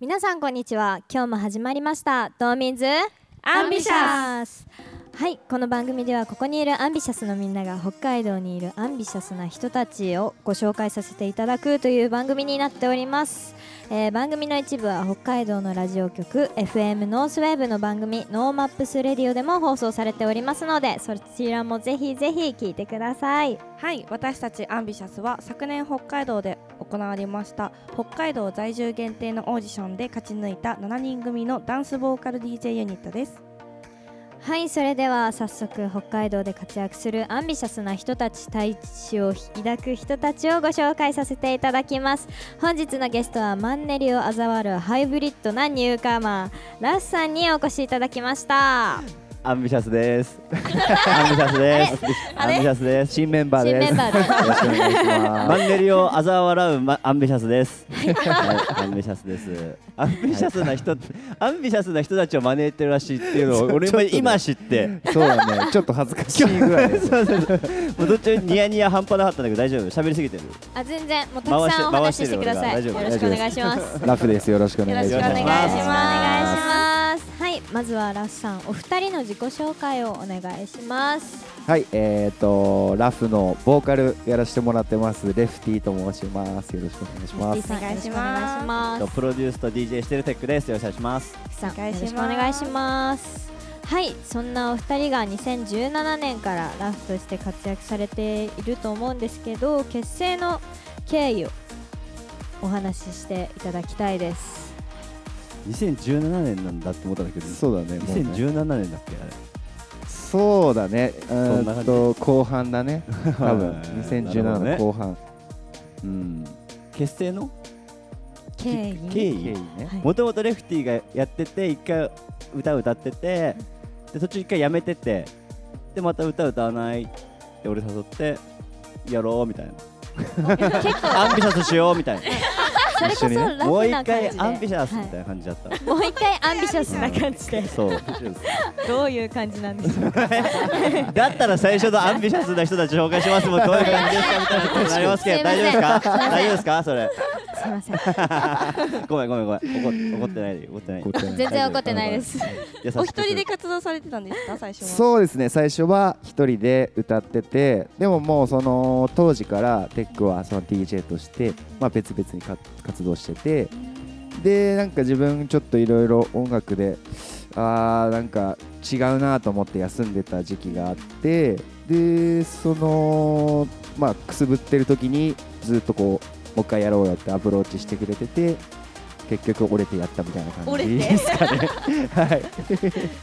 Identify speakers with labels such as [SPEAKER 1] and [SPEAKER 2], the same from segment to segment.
[SPEAKER 1] 皆さんこんにちは今日も始まりましたドーミンズ
[SPEAKER 2] アンビシャ
[SPEAKER 1] スはいこの番組ではここにいるアンビシャスのみんなが北海道にいるアンビシャスな人たちをご紹介させていただくという番組になっております、えー番組の一部は北海道のラジオ局 FM ノースウェーブの番組ノーマップスレディオでも放送されておりますのでそちらもぜひぜひ聞いてください
[SPEAKER 2] はい私たちアンビシャスは昨年北海道で行われました北海道在住限定のオーディションで勝ち抜いた7人組のダンスボーカル DJ ユニットです
[SPEAKER 1] はいそれでは早速北海道で活躍するアンビシャスな人たち大志を抱く人たちをご紹介させていただきます本日のゲストはマンネリを嘲笑うハイブリッドなニューカマーラスさんにお越しいただきました
[SPEAKER 3] アンビシャスです。アンビシャスです。
[SPEAKER 1] あ
[SPEAKER 3] ア
[SPEAKER 1] れ
[SPEAKER 3] ンビシャスです。新メンバー
[SPEAKER 1] 新
[SPEAKER 3] で
[SPEAKER 1] メ
[SPEAKER 3] す。
[SPEAKER 1] ンバーで
[SPEAKER 3] よろしくお願いします。マンネリを嘲笑うまアンビシャスです。はい、アンビシャスです。
[SPEAKER 4] アンビシャスな人、アンビシャスな人たちを招いてるらしいっていうのを俺も今知って、
[SPEAKER 3] そうだね。ちょっと恥ずかしいぐらいです。
[SPEAKER 4] もう途中ニヤニヤ半端なかったんだけど大丈夫喋りすぎてる。
[SPEAKER 1] あ全然もうたくさんお
[SPEAKER 4] 回
[SPEAKER 1] 話
[SPEAKER 4] し
[SPEAKER 1] し
[SPEAKER 4] て
[SPEAKER 1] してください
[SPEAKER 4] 回して
[SPEAKER 1] よ
[SPEAKER 4] る
[SPEAKER 1] ろ
[SPEAKER 4] 俺
[SPEAKER 1] し
[SPEAKER 4] が
[SPEAKER 1] くお願いします
[SPEAKER 3] ラフです。よろしくお
[SPEAKER 2] よろ
[SPEAKER 3] 願い
[SPEAKER 2] し
[SPEAKER 3] し
[SPEAKER 2] くお
[SPEAKER 3] ます。
[SPEAKER 2] 願いします
[SPEAKER 1] すはいまずはラスさんお二人の自己紹介をお願いします
[SPEAKER 3] はい、えっ、とラフのボーカルやらせてもらってますレフティと申します。よろしくお願いしま
[SPEAKER 1] リ
[SPEAKER 3] す。
[SPEAKER 1] スさんよろくお願いし
[SPEAKER 4] えっ
[SPEAKER 1] ます
[SPEAKER 4] とプロデュースと DJ してるテックです。よろしくお願いします。
[SPEAKER 1] さん
[SPEAKER 2] お
[SPEAKER 1] よ
[SPEAKER 2] 願い
[SPEAKER 1] ろ
[SPEAKER 2] し
[SPEAKER 1] し
[SPEAKER 2] ま
[SPEAKER 1] く
[SPEAKER 2] す
[SPEAKER 1] お願いしますはいそんなお二人が2017年からラフとして活躍されていると思うんですけど結成の経緯をお話ししていただきたいです
[SPEAKER 4] 2017年なんだって思ったんだけど、
[SPEAKER 3] そうだね。もうね
[SPEAKER 4] 2017年だっけあれ。
[SPEAKER 3] そうだね。う
[SPEAKER 4] そんな感じ
[SPEAKER 3] ーんと後半だね。多分2017の後半。
[SPEAKER 4] うん。結成の
[SPEAKER 1] 経緯
[SPEAKER 4] 経
[SPEAKER 3] 経緯
[SPEAKER 4] 緯。
[SPEAKER 3] ね。
[SPEAKER 1] はい
[SPEAKER 4] もともとレフティがやってて一回歌歌っててで途中一回やめててでまた歌歌わないって俺誘ってやろうみたいなアンビシャスしようみたい な
[SPEAKER 1] それこそラフな感じで
[SPEAKER 4] もう一回アンビシャスみた
[SPEAKER 1] は
[SPEAKER 4] いな感じだった、
[SPEAKER 1] いもう一回アンビシャスな感じ で
[SPEAKER 4] そう
[SPEAKER 1] どういう感じなんでしょうか
[SPEAKER 4] だったら最初のアンビシャスな人たち紹介しますもうどういう感じですかみたいなことになりますけ
[SPEAKER 1] すい
[SPEAKER 4] ど
[SPEAKER 1] ません
[SPEAKER 4] 大丈夫ですか大丈夫ですかそれ
[SPEAKER 1] すいません
[SPEAKER 4] ごめんごめんごめん怒怒ってないで怒ってない
[SPEAKER 3] 怒ってない
[SPEAKER 1] 全然怒ってないです
[SPEAKER 4] 優しく
[SPEAKER 2] お一人で活動されてたんですか最初は
[SPEAKER 3] そうですね最初は一人で歌っててでももうその当時からテックはその DJ として、まあ、別々にか活動しててでなんか自分ちょっといろいろ音楽であーなんか違うなと思って休んでた時期があってでそのまあくすぶってる時にずっとこうもう一回やろうよってアプローチしてくれてて結局折れてやったみたいな感
[SPEAKER 2] 折
[SPEAKER 3] じ
[SPEAKER 2] れて
[SPEAKER 3] ですかねはい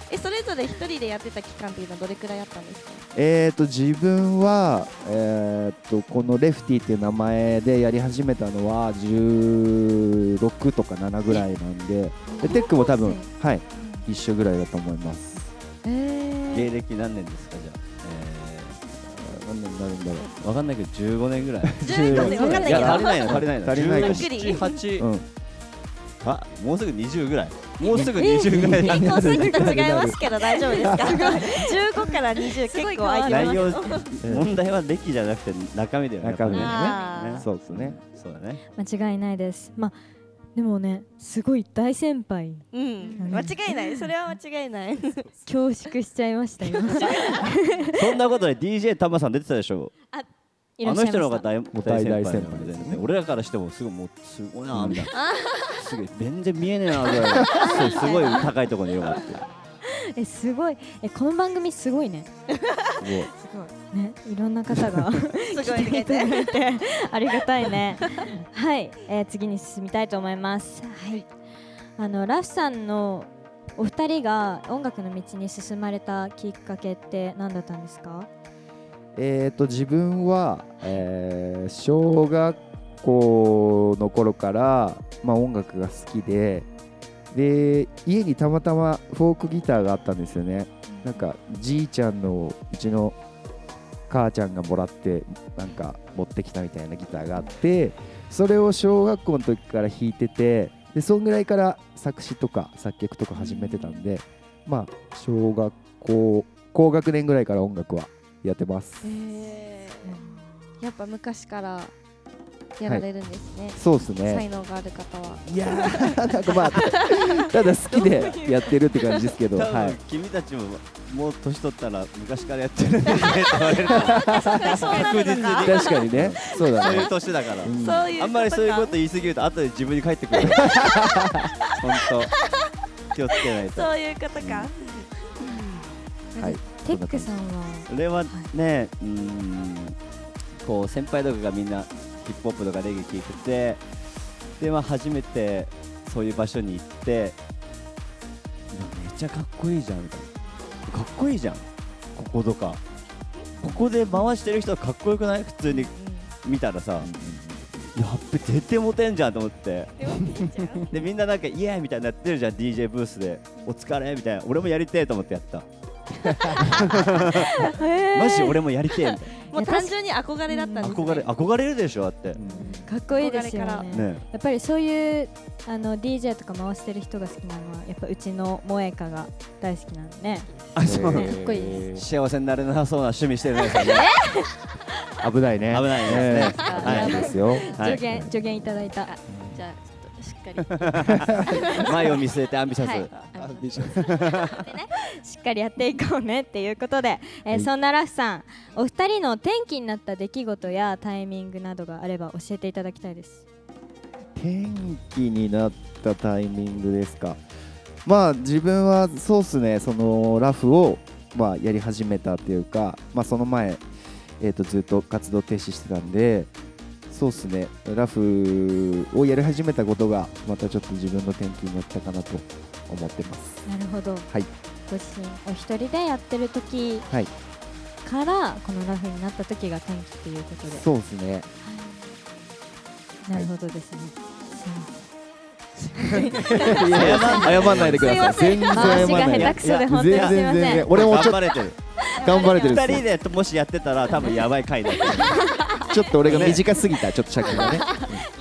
[SPEAKER 2] えそれぞれ一人でやってた期間っていうのはどれくらいあったんですか
[SPEAKER 3] えー、と自分は、えー、とこのレフティっていう名前でやり始めたのは16とか7ぐらいなんででテックも多分、はい、一緒ぐらいだと思います。
[SPEAKER 2] え
[SPEAKER 4] 芸歴何年ですかじゃあ、
[SPEAKER 3] 何年になるんだろ
[SPEAKER 4] えー、わかんないけど15年ぐらい
[SPEAKER 2] 15年わかんないけど
[SPEAKER 4] いや足りないの足りないの
[SPEAKER 3] 足りないかも
[SPEAKER 4] 17 18、
[SPEAKER 3] う、うん、
[SPEAKER 4] あもうすぐ20ぐらいもうすぐ20ぐらいだ、
[SPEAKER 2] 結婚すると違いますけど大丈夫ですか15から20結構空いてます
[SPEAKER 4] 内容問題は歴じゃなくて中身だよね
[SPEAKER 3] 中身
[SPEAKER 4] やっぱ
[SPEAKER 2] あー
[SPEAKER 4] りね
[SPEAKER 3] そうですね
[SPEAKER 4] そうだね
[SPEAKER 1] 間違いないですまあでもねすごい大先輩
[SPEAKER 2] うん間違いないそれは間違い ない
[SPEAKER 1] 恐縮しちゃいました今
[SPEAKER 4] そんなことで DJ たまさん出てたでしょ
[SPEAKER 1] いら
[SPEAKER 4] あ
[SPEAKER 1] っしゃいました
[SPEAKER 4] の人の方が大
[SPEAKER 3] もう
[SPEAKER 4] 大先輩
[SPEAKER 3] 大大
[SPEAKER 4] だ
[SPEAKER 3] 先輩
[SPEAKER 4] よね全然俺らからしてもすごいもうすごいなみたいなすごい全然見えねえなぐ らいそうすごい高いところにいよがって
[SPEAKER 1] えすごいえこの番組すごいね
[SPEAKER 4] すごい
[SPEAKER 1] ねいろんな方が
[SPEAKER 2] すご
[SPEAKER 1] 来
[SPEAKER 2] い
[SPEAKER 1] て
[SPEAKER 2] ね
[SPEAKER 1] いただいてありがたいねはい、えー次に進みたいと思いますはいあのラフさんのお二人が音楽の道に進まれたきっかけって何だったんですか
[SPEAKER 3] えー、と自分は、えー小学校の頃から、まあ、音楽が好きでで家にたまたまフォークギターがあったんですよねなんかじいちゃんのうちの母ちゃんがもらってなんか持ってきたみたいなギターがあってそれを小学校の時から弾いててでそんぐらいから作詞とか作曲とか始めてたんでまあ小学校高学年ぐらいから音楽はやってます
[SPEAKER 2] やっぱ昔からやられるんですね、
[SPEAKER 3] そうですね
[SPEAKER 2] 才能がある方はい
[SPEAKER 3] やーなん かまあただ好きでやってるって感じですけど
[SPEAKER 4] 多
[SPEAKER 3] は
[SPEAKER 4] 分
[SPEAKER 3] い
[SPEAKER 4] 君たちももう年取ったら昔からやってるんだよねって言われると思う確実に
[SPEAKER 3] 確かにねそうだ
[SPEAKER 4] そ うい
[SPEAKER 3] ね
[SPEAKER 4] う年だから
[SPEAKER 3] うん
[SPEAKER 2] そういう
[SPEAKER 4] あんまりそういうこと言い過ぎると後で自分に返ってくる 本当気をつけないと
[SPEAKER 2] そういうことか
[SPEAKER 3] はい
[SPEAKER 1] テックさんは
[SPEAKER 4] 俺はねうーんこう先輩とかがみんなヒップホップとかレゲエ聴いててで、まあ、初めてそういう場所に行ってうわめっちゃかっこいいじゃんみたいなかっこいいじゃんこことかここで回してる人はかっこよくない普通に見たらさ、やっべ絶対モテんじゃんと思ってでみんななんかイエーイみたいになってるじゃん DJ ブースでお疲れみたいな俺もやりてえと思ってやったマジ俺もやりてえみたい
[SPEAKER 2] もう単純に憧れだったんで
[SPEAKER 4] な
[SPEAKER 2] す、ね、
[SPEAKER 4] 憧れ憧れるでしょだって
[SPEAKER 3] う
[SPEAKER 4] ね
[SPEAKER 3] ん
[SPEAKER 1] かっこいいですよ
[SPEAKER 2] 憧れから
[SPEAKER 1] ねやっぱりそういうあの DJ とか回してる人が好きなのはやっぱうちの萌えかが大好きなのね
[SPEAKER 4] あそう
[SPEAKER 1] ねかっこいいで
[SPEAKER 4] 幸せになれなさそうな趣味してるんですよね
[SPEAKER 3] 危ないね
[SPEAKER 4] 危ないですね
[SPEAKER 3] ええ
[SPEAKER 4] はい
[SPEAKER 3] 危ないですよ
[SPEAKER 4] はい
[SPEAKER 1] 助言助言いただいた
[SPEAKER 5] じゃあちょっとしっか
[SPEAKER 4] 前を見据えてアンビシャス、
[SPEAKER 1] はい
[SPEAKER 5] りあの
[SPEAKER 1] しっかりやっていこうねっていうことで、えー
[SPEAKER 3] はい
[SPEAKER 1] そんなラフさんお二人の転機になった出来事やタイミングなどがあれば教えていただきたいです
[SPEAKER 3] 天気になったタイミングですかまあ自分はそうっすねそのラフをまあやり始めたっていうかまあその前えーとずっと活動停止してたんでそうっすねラフをやり始めたことがまたちょっと自分の転機になったかなと思ってます
[SPEAKER 1] なるほど、
[SPEAKER 3] はい
[SPEAKER 1] ご自身お一人でやってる時
[SPEAKER 3] はい
[SPEAKER 1] からこのラフになった時が転機っていうことで
[SPEAKER 3] そうっすね
[SPEAKER 1] なるほどですね、
[SPEAKER 3] いや謝ん謝んないでください全然謝
[SPEAKER 1] 回し
[SPEAKER 3] ん
[SPEAKER 1] が
[SPEAKER 3] な
[SPEAKER 1] 下
[SPEAKER 3] いで
[SPEAKER 1] 手くそで本当にす
[SPEAKER 3] 全
[SPEAKER 1] いま
[SPEAKER 3] 然全
[SPEAKER 1] せん
[SPEAKER 3] 然俺もち
[SPEAKER 4] 頑
[SPEAKER 3] ょっと
[SPEAKER 4] 張れてる
[SPEAKER 3] 頑張れてるっす
[SPEAKER 4] 2人でもしやってたら多分やばい回 だった
[SPEAKER 3] ちょっと俺が短すぎたちょっと尺がね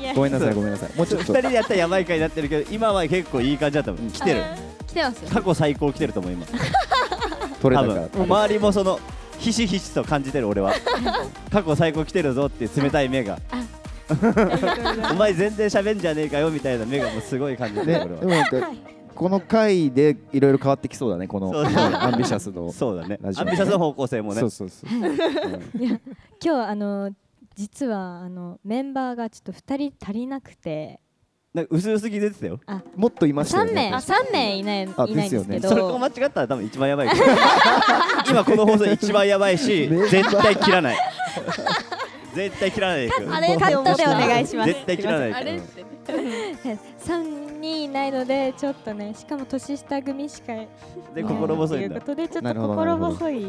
[SPEAKER 1] いや
[SPEAKER 3] ごめんなさいごめんなさいもうちょ
[SPEAKER 4] 2
[SPEAKER 3] っと
[SPEAKER 4] 人でやったらやばい回になってるけど今は結構いい感じだと思う来てる
[SPEAKER 1] 来てますよ
[SPEAKER 4] 過去最高来てると思う今
[SPEAKER 3] 取れ
[SPEAKER 4] 多
[SPEAKER 3] たから
[SPEAKER 4] 分もう周りもそのひしひしと感じてる俺は過去最高来てるぞっていう冷たい目が お前全然喋んじゃねえかよみたいな目がもうすごい感じて
[SPEAKER 3] ね、
[SPEAKER 4] る
[SPEAKER 3] で
[SPEAKER 4] 俺
[SPEAKER 3] も
[SPEAKER 4] は
[SPEAKER 3] なんかこの回でいろいろ変わってきそうだね、この
[SPEAKER 4] そうそう
[SPEAKER 3] アンビシャスの。
[SPEAKER 4] そうだねア
[SPEAKER 3] ラ
[SPEAKER 4] ンビ
[SPEAKER 3] ジ
[SPEAKER 4] シ
[SPEAKER 3] オね
[SPEAKER 4] ャスの方向性もね
[SPEAKER 3] そうそうそううん
[SPEAKER 1] 今日あの実はあのメンバーがちょっと2人足りなくて
[SPEAKER 4] なんか薄々気づいてたよ
[SPEAKER 3] もっといましたよ
[SPEAKER 1] 3
[SPEAKER 3] ね
[SPEAKER 1] 名。三名いないい
[SPEAKER 3] あ
[SPEAKER 1] ないんですけ
[SPEAKER 3] で
[SPEAKER 1] ど
[SPEAKER 3] す
[SPEAKER 4] それが間違ったら多分一番やばい 今この放送一番やばい し
[SPEAKER 3] ね
[SPEAKER 4] 絶対切らない 絶対切らないですよ
[SPEAKER 5] あれ
[SPEAKER 1] カットでお願いします
[SPEAKER 4] 絶対切らない
[SPEAKER 5] あ
[SPEAKER 4] で
[SPEAKER 5] れ
[SPEAKER 4] す
[SPEAKER 5] っ
[SPEAKER 4] よ
[SPEAKER 5] てね
[SPEAKER 1] 3人いないのでちょっとねしかも年下組しかい
[SPEAKER 4] で心細い
[SPEAKER 1] と
[SPEAKER 4] んだ
[SPEAKER 1] いう
[SPEAKER 4] い
[SPEAKER 1] ことでちょっと
[SPEAKER 3] なるほどなる
[SPEAKER 1] 心
[SPEAKER 3] ほど
[SPEAKER 1] 細い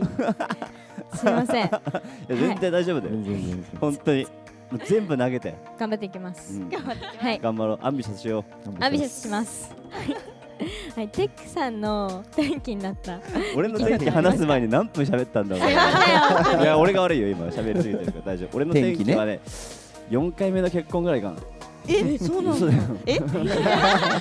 [SPEAKER 1] すいません
[SPEAKER 4] や全然大丈夫だよ
[SPEAKER 3] 全然全然
[SPEAKER 4] 本当にもう全部投げて、
[SPEAKER 1] 頑張っていきま
[SPEAKER 4] う
[SPEAKER 1] す、
[SPEAKER 4] ん
[SPEAKER 1] はい
[SPEAKER 4] 頑張ろうアンビシャスしよ
[SPEAKER 1] アンビシャスしますはいテックさんの天気になった
[SPEAKER 4] う俺の天気話す前に何分喋っ たんだろういや俺が悪いよ今喋りすぎてるから大丈夫俺の天気はね4回目の結婚ぐらいかな
[SPEAKER 2] えそうな
[SPEAKER 4] 嘘だよ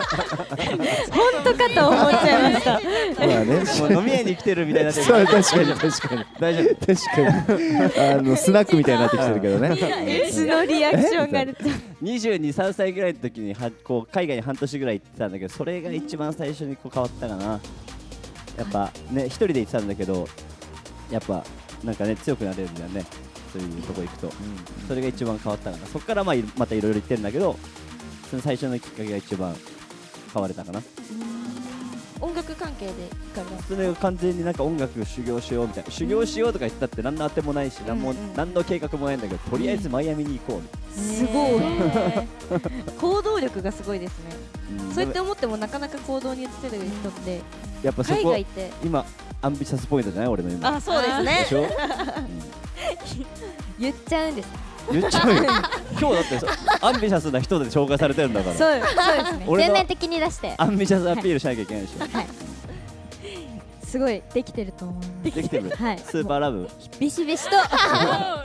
[SPEAKER 1] 本当かと思っちゃいました
[SPEAKER 3] まあね、
[SPEAKER 4] もう飲み屋に来てるみたいになって
[SPEAKER 3] そう
[SPEAKER 4] る
[SPEAKER 3] 確かに確かに
[SPEAKER 4] 大丈夫
[SPEAKER 3] 確かにあのスナックみたいになってきてるけど ね。
[SPEAKER 1] 素のリアクションが出ちゃう
[SPEAKER 4] 223歳ぐらいの時にはこう海外に半年ぐらい行ってたんだけどそれが一番最初にこう変わったかなやっぱね一人で行ってたんだけどやっぱなんかね強くなれるんだよねそういうとこ行くとそれが一番変わったかなそこからまあいまたいろいろ行ってるんだけどその最初のきっかけが一番変われたかな
[SPEAKER 5] 音楽関係で行かれます
[SPEAKER 4] それが完全になんか音楽修行しようみたいな修行しようとか言ったって何の当てもないし何も
[SPEAKER 2] うんうん
[SPEAKER 4] 何の計画もないんだけどとりあえずマイアミに行こうみたい
[SPEAKER 2] すごい行動力がすごいですね
[SPEAKER 4] な、
[SPEAKER 2] そうやって思ってもなかなか行動に移せる人って
[SPEAKER 4] やっぱそ
[SPEAKER 2] 海
[SPEAKER 4] こ
[SPEAKER 2] 外って
[SPEAKER 4] 今アンビシャスポイントじゃない俺の今
[SPEAKER 2] あそうです
[SPEAKER 4] で
[SPEAKER 2] ね
[SPEAKER 4] しょ、
[SPEAKER 1] 言っちゃうんです
[SPEAKER 4] 言っちゃ うよ今日だってそアンビシャスな人で紹介されてるんだから
[SPEAKER 1] そう そうですね
[SPEAKER 4] 俺
[SPEAKER 1] 全
[SPEAKER 4] の
[SPEAKER 1] 面的に出して
[SPEAKER 4] アンビシャスアピールしなきゃいけないでしょ
[SPEAKER 1] すごいできてると思います
[SPEAKER 4] できてる
[SPEAKER 1] はい
[SPEAKER 4] スーパーラブ
[SPEAKER 1] ビシビシと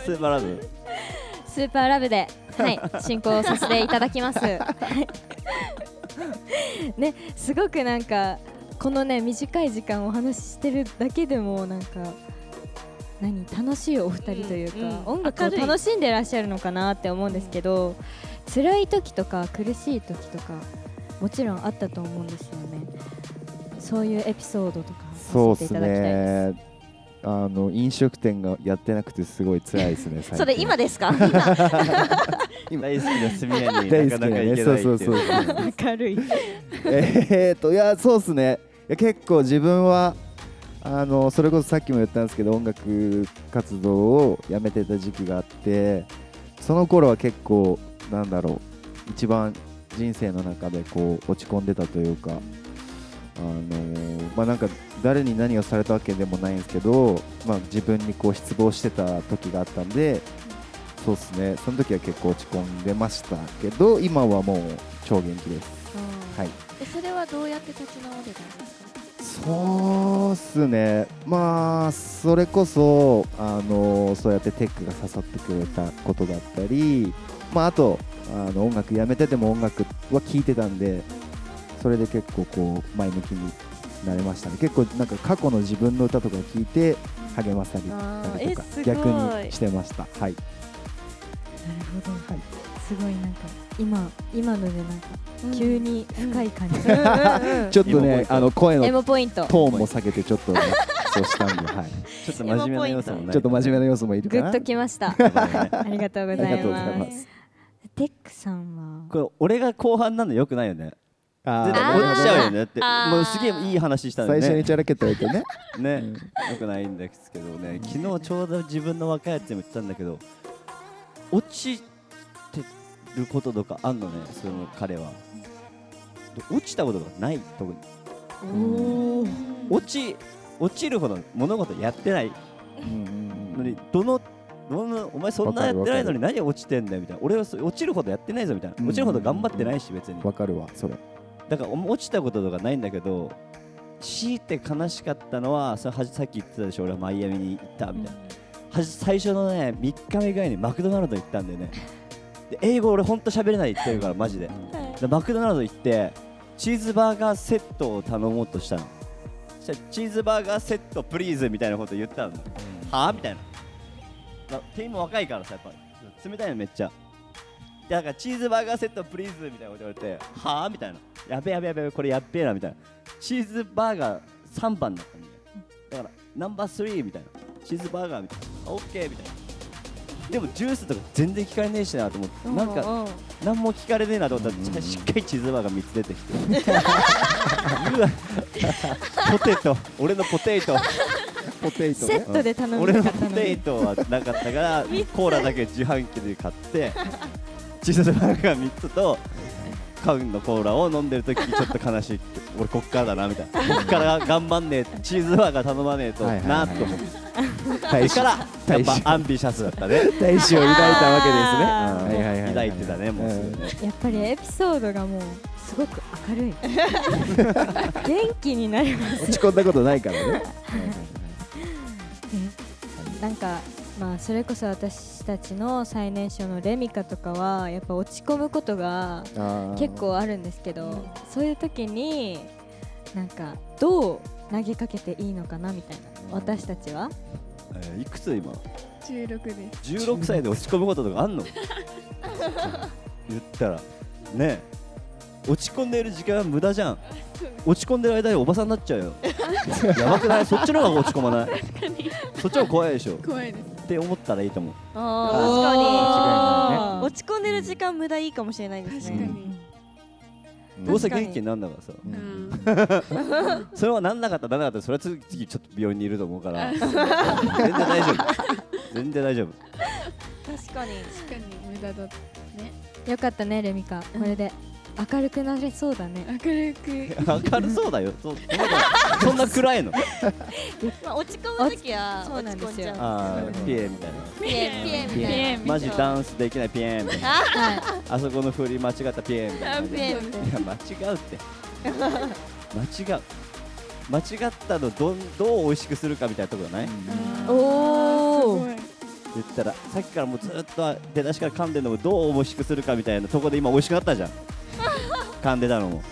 [SPEAKER 4] スーパーラブ
[SPEAKER 1] スーパーラブで、はい、進行させていただきます。 ね、すごくなんかこのね短い時間お話ししてるだけでもなんか何楽しいお二人というか、
[SPEAKER 5] うんうん
[SPEAKER 1] 音楽を
[SPEAKER 5] 明るい
[SPEAKER 1] 楽しんでらっしゃるのかなって思うんですけど、辛い時とか苦しい時とかもちろんあったと思うんですよねそういうエピソードとか
[SPEAKER 3] そ
[SPEAKER 1] 教え
[SPEAKER 3] う
[SPEAKER 1] て
[SPEAKER 3] で
[SPEAKER 1] い
[SPEAKER 3] す
[SPEAKER 1] ただきたいです
[SPEAKER 3] ね。あの飲食店がやってなくてすごい辛いですね。
[SPEAKER 1] それ今
[SPEAKER 3] で
[SPEAKER 1] ですか 今
[SPEAKER 4] 大好きなすみれに
[SPEAKER 3] 大
[SPEAKER 4] な
[SPEAKER 3] 好
[SPEAKER 4] か
[SPEAKER 3] きだ
[SPEAKER 4] なか
[SPEAKER 3] ね。
[SPEAKER 4] 行け
[SPEAKER 3] そ
[SPEAKER 4] な
[SPEAKER 3] う
[SPEAKER 4] いって
[SPEAKER 3] そう
[SPEAKER 4] い
[SPEAKER 3] そう
[SPEAKER 4] う。
[SPEAKER 1] 明るい
[SPEAKER 3] えーっといやそうですねいや結構自分はあのそれこそさっきも言ったんですけど音楽活動をやめてた時期があってその頃は結構なんだろう一番人生の中でこう落ち込んでたというかあのーまあなんか誰に何をされたわけでもないんですけど、まあ、自分にこう失望してた時があったんでそうですねその時は結構落ち込んでましたけど今はもう超元気です。はい
[SPEAKER 5] えそれはどうやって立ち直れたんですか
[SPEAKER 3] そうっすね、まあそれこそあのそうやってテックが誘ってくれたことだったり、まあ、あとあの音楽やめてても音楽は聴いてたんでそれで結構こう前向きになれましたね結構なんか過去の自分の歌とかを聴いて励まされ
[SPEAKER 2] あ
[SPEAKER 3] た
[SPEAKER 2] ー
[SPEAKER 3] りとか
[SPEAKER 2] えすごい
[SPEAKER 3] 逆にしてましたはい
[SPEAKER 1] なるほど、
[SPEAKER 3] はい
[SPEAKER 1] すごいなんか今今のでなんか急に深い感じ、
[SPEAKER 3] ちょっと
[SPEAKER 4] 今ポイン
[SPEAKER 3] ね
[SPEAKER 4] ト
[SPEAKER 3] あの声
[SPEAKER 1] エ
[SPEAKER 3] の
[SPEAKER 1] モポイン ト
[SPEAKER 3] トーンも下げてちょっとね、そうしたん で、はい、
[SPEAKER 4] ちょっと真面目な要素もね。
[SPEAKER 3] ちょっと真面目な要素もいる
[SPEAKER 1] グ
[SPEAKER 3] か
[SPEAKER 1] ッ
[SPEAKER 3] な
[SPEAKER 1] ときました
[SPEAKER 4] 目。
[SPEAKER 1] ありがとうござ
[SPEAKER 3] ありが
[SPEAKER 1] い
[SPEAKER 3] とうござい
[SPEAKER 1] ま
[SPEAKER 3] ますす
[SPEAKER 1] テックさん
[SPEAKER 4] これ俺が後半なのよくないよね。
[SPEAKER 3] あー
[SPEAKER 4] 絶対
[SPEAKER 1] あー
[SPEAKER 4] 俺落ちちゃうよねだって。
[SPEAKER 1] あー
[SPEAKER 4] もうすげえいい話したの
[SPEAKER 3] 最
[SPEAKER 4] に
[SPEAKER 3] 初
[SPEAKER 4] ね
[SPEAKER 3] に。チャラけておいてね
[SPEAKER 4] ね、よくないんですけどね、昨日ちょうど自分の若いやつにも言ったんだけど、落ちてることとかあんのね、その彼は。で落ちたことがない、特に。
[SPEAKER 1] はおー
[SPEAKER 4] 落ち、落ちるほど物事やってないのに、どの、どのお前そんなやってないのに何落ちてんだよみたいな、俺はそ落ちるほどやってないぞみたいな、
[SPEAKER 3] うん
[SPEAKER 4] 落ちるほど頑張ってないし、別に。
[SPEAKER 3] わかるわそれ
[SPEAKER 4] だから落ちたこととかないんだけど、強いて悲しかったのは、それはさっき言ってたでしょ、俺はマイアミに行ったみたいな。はじ最初のね3日目以外にマクドナルド行ったんだよねで英語俺ほんと喋れないって言ってるからマジででマクドナルド行ってチーズバーガーセットを頼もうとしたのそしたらチーズバーガーセットプリーズみたいなこと言ったのはあみたいなだ店員も若いからさやっぱ冷たいのめっちゃだからチーズバーガーセットプリーズみたいなこと言われてはあみたいなやべやべやべこれやっべえなみたいなチーズバーガー3番だったんだよだからナンバー3みたいなチーズバーガーみたいなオッケーみたいなでもジュースとか全然聞かれねえしなと思ってなんか
[SPEAKER 2] うん
[SPEAKER 4] 何も聞かれねえなと思った
[SPEAKER 3] うんうんう
[SPEAKER 4] ら
[SPEAKER 3] ん
[SPEAKER 4] しっかりチーズバーガー3つ出てきて うわポテト俺のポテト
[SPEAKER 3] ポテイト
[SPEAKER 1] セットで頼み
[SPEAKER 4] 俺
[SPEAKER 1] た
[SPEAKER 4] の
[SPEAKER 1] か
[SPEAKER 4] ポ
[SPEAKER 1] ったの
[SPEAKER 4] テイ
[SPEAKER 1] に
[SPEAKER 4] トはなかったからコーラだけ自販機で買ってチーズバーガー3つと缶のコーラを飲んでる時ちょっと悲しい俺こっからだなみたいなこっから頑張んねえチーズバーガー頼まねえと
[SPEAKER 3] はいはいは
[SPEAKER 4] ないと思って
[SPEAKER 3] 大
[SPEAKER 4] そ
[SPEAKER 3] 使
[SPEAKER 4] れか
[SPEAKER 3] 大
[SPEAKER 4] らや
[SPEAKER 3] 使
[SPEAKER 4] っぱアンビシャスだったね
[SPEAKER 3] 大使を抱いたわ
[SPEAKER 1] あ
[SPEAKER 3] けですねはいはいはい
[SPEAKER 4] 抱いてたねもうすぐね
[SPEAKER 1] やっぱりエピソードがもうすごく明 るい元気になります
[SPEAKER 3] 落ち込んだことないからね
[SPEAKER 1] なんかまあそれこそ私たちの最年少のレミカとかはやっぱ落ち込むことが結構あるんですけど、そういう時になんかどう投げかけていいのかなみたいな私たちは
[SPEAKER 4] えーいくつ今
[SPEAKER 5] 十六です
[SPEAKER 4] 16歳で落ち込むこととかあ んの言ったらねえ落ち込んでいる時間は無駄じゃん落ち込んでる間におばさんになっちゃう よやばくないそっちの方が落ち込まないそっちの方が怖いでしょっ
[SPEAKER 5] 怖いです
[SPEAKER 4] て思ったらいいと思う
[SPEAKER 2] あ
[SPEAKER 1] おー
[SPEAKER 2] ー落ち込んでる時間無駄いいかもしれないです
[SPEAKER 5] 確か
[SPEAKER 2] ね。
[SPEAKER 5] に
[SPEAKER 4] どうせ元気になんだからさ
[SPEAKER 3] う
[SPEAKER 5] うんん
[SPEAKER 4] それはなんなかったらなんなかったらそれは次次ちょっと病院にいると思うから全然大丈夫全然大丈夫
[SPEAKER 2] 確かに。
[SPEAKER 5] 確かに無駄だったね
[SPEAKER 1] よかったねレミカこれで明るくなれそうだね
[SPEAKER 5] 明るく
[SPEAKER 4] 明るそうだよそそんなそんな暗いの
[SPEAKER 2] まあ落ち込む時は
[SPEAKER 1] そう
[SPEAKER 2] 落
[SPEAKER 1] な
[SPEAKER 2] ち
[SPEAKER 1] んで
[SPEAKER 2] 込ん
[SPEAKER 1] す
[SPEAKER 2] じ
[SPEAKER 1] よ
[SPEAKER 2] ゃう。
[SPEAKER 4] あーピエみたいな
[SPEAKER 2] ピエピエみたいな。
[SPEAKER 4] マジダンスできないピエみた いな
[SPEAKER 1] はい
[SPEAKER 4] あそこの振り間違ったピエみたいな感じ
[SPEAKER 2] ピエ
[SPEAKER 5] みた
[SPEAKER 4] いや間違うって間違う間違ったのどんどう美味しくするかみたいなとこじゃない
[SPEAKER 1] おー
[SPEAKER 5] ー
[SPEAKER 4] 言ったらさっきからもうずっと出だしから噛んでるのもどう美味しくするかみたいなとこで今美味しくなったじゃん噛んでたのも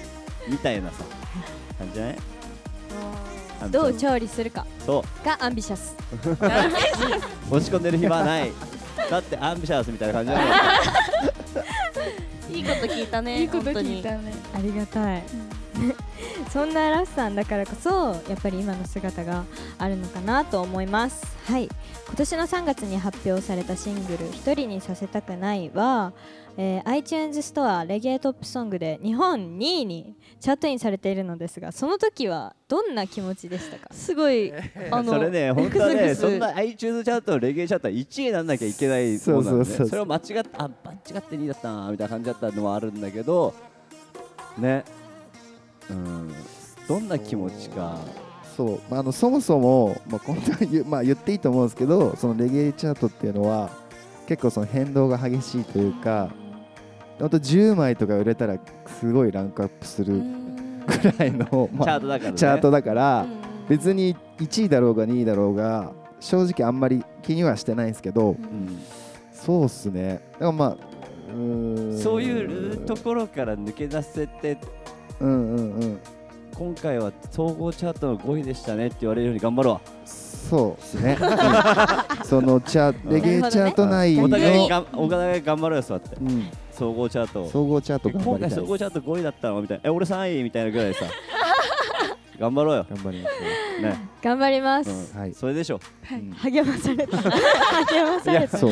[SPEAKER 4] みたいなさ感じじゃない
[SPEAKER 1] どう
[SPEAKER 4] ちょ
[SPEAKER 1] 調理するか
[SPEAKER 4] そ
[SPEAKER 1] がアンビシャス
[SPEAKER 4] う落ち込んでる暇ないだってアンビシャスみたいな感じだもん
[SPEAKER 6] いいこと聞いたね
[SPEAKER 5] いいこと
[SPEAKER 6] 本当
[SPEAKER 5] 聞い
[SPEAKER 6] に
[SPEAKER 5] たね。
[SPEAKER 1] ありがたいそんな ラフさんだからこそやっぱり今の姿があるのかなと思いますはい今年の3月に発表されたシングル「一人にさせたくないは」えー iTunes ストアレゲエトップソングで日本2位にチャートインされているのですがその時はどんな気持ちでしたか
[SPEAKER 6] すごいあの
[SPEAKER 4] それね、本当は
[SPEAKER 6] クス
[SPEAKER 4] ね、
[SPEAKER 6] クス
[SPEAKER 4] そんな iTunes チャート、レゲエチャートは1位になんなきゃいけないものなんで、
[SPEAKER 3] そうそうそうそう
[SPEAKER 4] それを間違って、あ、間違って2位だったなみたいな感じだったのはあるんだけど、ね、うん、どんな気持ちか、
[SPEAKER 3] そう、まあ、あのそもそも、まあ、こんな言う、まあ、言っていいと思うんですけどそのレゲエチャートっていうのは結構その変動が激しいというかほんと10枚とか売れたらすごいランクアップするくらいの、まあ
[SPEAKER 4] チャートだからね。
[SPEAKER 3] チャートだから、
[SPEAKER 6] う
[SPEAKER 3] 別に1位だろうが2位だろうが正直あんまり気にはしてないんですけど、
[SPEAKER 4] うん
[SPEAKER 3] そうっすねだからまあうーん
[SPEAKER 4] そういうところから抜け出せて、
[SPEAKER 3] うんうんうん
[SPEAKER 4] 今回は総合チャートの5位でしたねって言われるように頑張ろ
[SPEAKER 3] そうです ね。うんそのチャレゲエチャート内
[SPEAKER 4] う。
[SPEAKER 3] の、
[SPEAKER 4] お互いにがん、お互い頑張ろうよ、座って、
[SPEAKER 3] うん、
[SPEAKER 4] 総合チャートを。
[SPEAKER 3] 総合チャート頑張
[SPEAKER 4] 今
[SPEAKER 3] りた
[SPEAKER 4] 回
[SPEAKER 3] いです。
[SPEAKER 4] 総合チャート5位だったのみたいな、え、俺3位みたいなぐらいでさ、頑張ろうよ。
[SPEAKER 3] 頑張りま
[SPEAKER 4] ね、
[SPEAKER 1] 頑張ります、
[SPEAKER 4] うん
[SPEAKER 3] はい
[SPEAKER 4] それでしょ。
[SPEAKER 3] すうん。
[SPEAKER 1] 励まされ た励まされた
[SPEAKER 3] そう。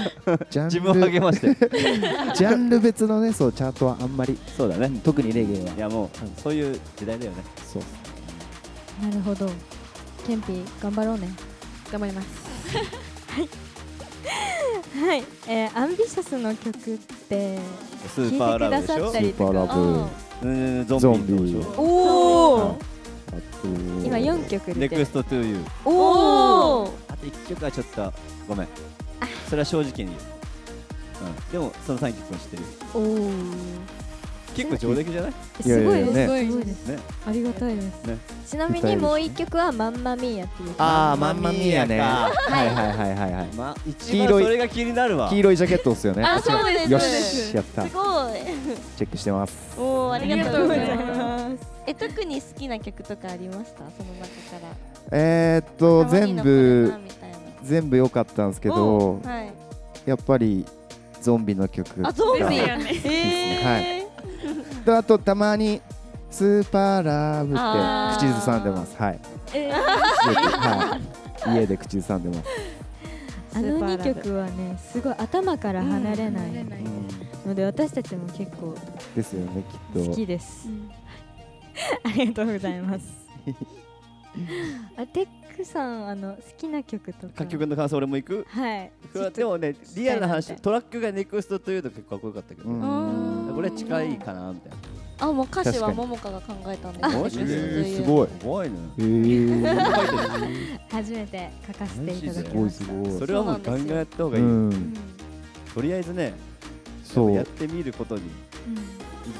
[SPEAKER 3] ジャ
[SPEAKER 4] 自
[SPEAKER 3] ン
[SPEAKER 4] 分を励
[SPEAKER 3] ル
[SPEAKER 4] まして。
[SPEAKER 3] ジャンル別のね、そうチャートはあんまり
[SPEAKER 4] そうだね。
[SPEAKER 3] 特にレゲエ
[SPEAKER 4] い
[SPEAKER 3] は
[SPEAKER 4] やもう
[SPEAKER 3] うん
[SPEAKER 4] そういう時代だよね。
[SPEAKER 3] そう。
[SPEAKER 1] なるほどケンピ頑張ろうね
[SPEAKER 5] 頑張ります。
[SPEAKER 1] はい、えー、アンビシャスの曲って
[SPEAKER 4] ス
[SPEAKER 1] 聞
[SPEAKER 4] ーパーラ
[SPEAKER 1] い
[SPEAKER 4] ブ
[SPEAKER 1] てくださっ
[SPEAKER 4] でしょ
[SPEAKER 1] た。りと
[SPEAKER 3] スーパー
[SPEAKER 1] か
[SPEAKER 3] ラブ
[SPEAKER 4] うんゾンビ
[SPEAKER 3] ゾンビ
[SPEAKER 4] とでしょ。
[SPEAKER 1] お
[SPEAKER 6] お
[SPEAKER 1] お
[SPEAKER 3] あと
[SPEAKER 1] 今4曲出
[SPEAKER 4] ネ
[SPEAKER 1] て
[SPEAKER 4] ク
[SPEAKER 1] る
[SPEAKER 4] ストトゥーユー。
[SPEAKER 1] おお
[SPEAKER 4] あと一曲はちょっとごめん。それは正直に言う。うん。でもその三曲も知ってるよ。
[SPEAKER 1] おお
[SPEAKER 4] 結構上出来じゃない？
[SPEAKER 3] いや
[SPEAKER 1] す
[SPEAKER 3] い
[SPEAKER 1] ご
[SPEAKER 3] や
[SPEAKER 1] い
[SPEAKER 3] いや
[SPEAKER 1] です
[SPEAKER 3] ね
[SPEAKER 1] すごいです
[SPEAKER 4] ね
[SPEAKER 1] ありがたいです、
[SPEAKER 4] ね
[SPEAKER 1] ちなみにもう一曲は「マンマミーヤ」っていう曲
[SPEAKER 3] ああ
[SPEAKER 4] マ
[SPEAKER 3] マ
[SPEAKER 4] ン
[SPEAKER 3] ン
[SPEAKER 4] マ
[SPEAKER 3] マ
[SPEAKER 4] ミ
[SPEAKER 3] ミ
[SPEAKER 4] ー
[SPEAKER 3] ー
[SPEAKER 4] ヤ
[SPEAKER 3] ヤ
[SPEAKER 4] ね
[SPEAKER 3] ね。はいはいはいはいはい。
[SPEAKER 4] まあ一
[SPEAKER 3] 黄
[SPEAKER 4] 番
[SPEAKER 3] 色い
[SPEAKER 4] それが気になるわ。
[SPEAKER 3] 黄色いジャケットですよね。
[SPEAKER 6] あそうです
[SPEAKER 3] よ
[SPEAKER 6] す
[SPEAKER 3] し、やった。
[SPEAKER 6] ごい
[SPEAKER 3] チェックしてます。
[SPEAKER 6] おおありがとうござい
[SPEAKER 5] ありがとうござ
[SPEAKER 6] ま
[SPEAKER 5] い
[SPEAKER 6] すえ特に好きな曲とかありましたその中から
[SPEAKER 3] えー、っと
[SPEAKER 6] 可愛い
[SPEAKER 3] 全
[SPEAKER 6] の
[SPEAKER 3] 部
[SPEAKER 6] かなみたいな
[SPEAKER 3] 全部良かったんですけど
[SPEAKER 6] お、ーはい
[SPEAKER 3] やっぱりゾンビの曲
[SPEAKER 6] あゾンビ
[SPEAKER 3] が
[SPEAKER 5] よね。
[SPEAKER 6] えー
[SPEAKER 3] とあとたまに「スーパーラブ」
[SPEAKER 6] あー
[SPEAKER 3] って口ずさんでますはい、
[SPEAKER 6] え
[SPEAKER 3] はい、家で口ずさんでます、
[SPEAKER 1] あの2曲はねすごい頭から離れない
[SPEAKER 5] うん離れない
[SPEAKER 1] ので私たちも結構
[SPEAKER 3] ですよねきっ
[SPEAKER 1] 好
[SPEAKER 3] と
[SPEAKER 1] きです、 ありがとうございますあテックさんあの好きな曲とか
[SPEAKER 4] 楽曲の感想俺も行く。
[SPEAKER 1] はい
[SPEAKER 4] それはでもねリアルな話トラックがネクストトゥーユーと結構かっこよかったけど。
[SPEAKER 3] うん
[SPEAKER 6] あ
[SPEAKER 4] これ近いかなみたい
[SPEAKER 6] あもう歌詞
[SPEAKER 3] 確
[SPEAKER 6] は
[SPEAKER 3] かに
[SPEAKER 6] ももかが考えたんです
[SPEAKER 4] な。マ
[SPEAKER 6] ね
[SPEAKER 4] ジ
[SPEAKER 6] そう
[SPEAKER 4] で。
[SPEAKER 6] いう
[SPEAKER 3] ごい
[SPEAKER 4] 怖いね。
[SPEAKER 3] へ ー
[SPEAKER 1] 初めて書かせていただき
[SPEAKER 3] すご
[SPEAKER 1] ま
[SPEAKER 3] い
[SPEAKER 1] し
[SPEAKER 3] す
[SPEAKER 1] た
[SPEAKER 3] ごい
[SPEAKER 4] それはもうガンガンやった方がいうい。
[SPEAKER 3] ん
[SPEAKER 4] とりあえずね、
[SPEAKER 3] そう
[SPEAKER 4] やっ
[SPEAKER 3] 間
[SPEAKER 4] てみることに意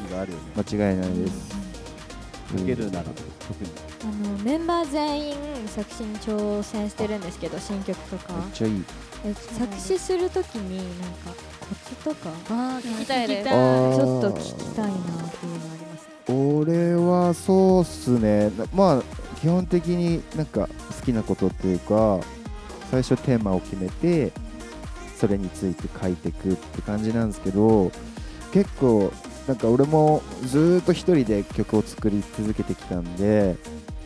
[SPEAKER 4] 義があるよね。
[SPEAKER 3] 違いないです
[SPEAKER 4] かけるなら特に。
[SPEAKER 1] あのメンバー全員作詞に挑戦してるんですけど新曲とか
[SPEAKER 3] めっちゃいい
[SPEAKER 1] え作詞するときになんかコツとか
[SPEAKER 6] あー聞きたいです
[SPEAKER 3] あー
[SPEAKER 1] ちょっと聞きたいなっていうのはあります
[SPEAKER 3] 俺はそうっすねなまあ基本的になんか好きなことっていうか最初テーマを決めてそれについて書いてくって感じなんですけど結構なんか俺もずーっと一人で曲を作り続けてきたんで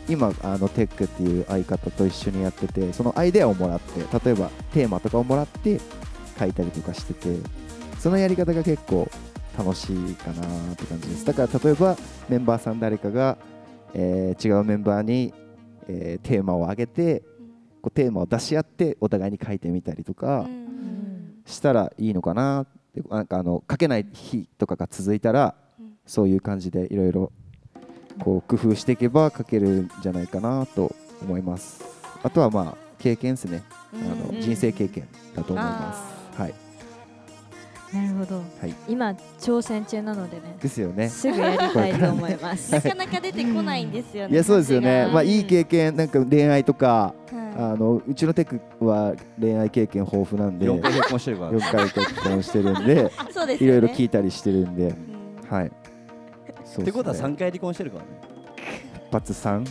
[SPEAKER 3] 今あのテックっていう相方と一緒にやっててそのアイデアをもらって例えばテーマとかをもらって書いたりとかしててそのやり方が結構楽しいかなーって感じですだから例えばメンバーさん誰かが、えー違うメンバーに、えーテーマを上げてこうテーマを出し合ってお互いに書いてみたりとかしたらいいのかなってなんかあの書けない日とかが続いたら、
[SPEAKER 6] うん
[SPEAKER 3] そういう感じでいろいろこう工夫していけば書けるんじゃないかなと思いますあとはまあ経験ですね、あの
[SPEAKER 1] うん
[SPEAKER 3] 人生経験だと思います、
[SPEAKER 6] あー
[SPEAKER 3] はい
[SPEAKER 1] なるほど、
[SPEAKER 3] はい
[SPEAKER 1] 今挑戦中なのでね
[SPEAKER 3] ですよね
[SPEAKER 1] すぐやりたいと思います
[SPEAKER 6] なかなか出てこないんですよね
[SPEAKER 3] いやそうですよね、まあ、いい経験なんか恋愛とか
[SPEAKER 6] 験
[SPEAKER 3] あのうちのテクは恋愛経験豊富なんで
[SPEAKER 4] 4
[SPEAKER 3] 4
[SPEAKER 4] 回結婚してるから。
[SPEAKER 3] 回結婚してるんで
[SPEAKER 6] そうです
[SPEAKER 3] い
[SPEAKER 6] よ
[SPEAKER 3] ろ
[SPEAKER 6] ね
[SPEAKER 3] いろ聞いたりしてるんで
[SPEAKER 6] うん
[SPEAKER 3] はい
[SPEAKER 4] っ
[SPEAKER 3] そうすね
[SPEAKER 4] てことは3回離婚してるからね。
[SPEAKER 3] バツ3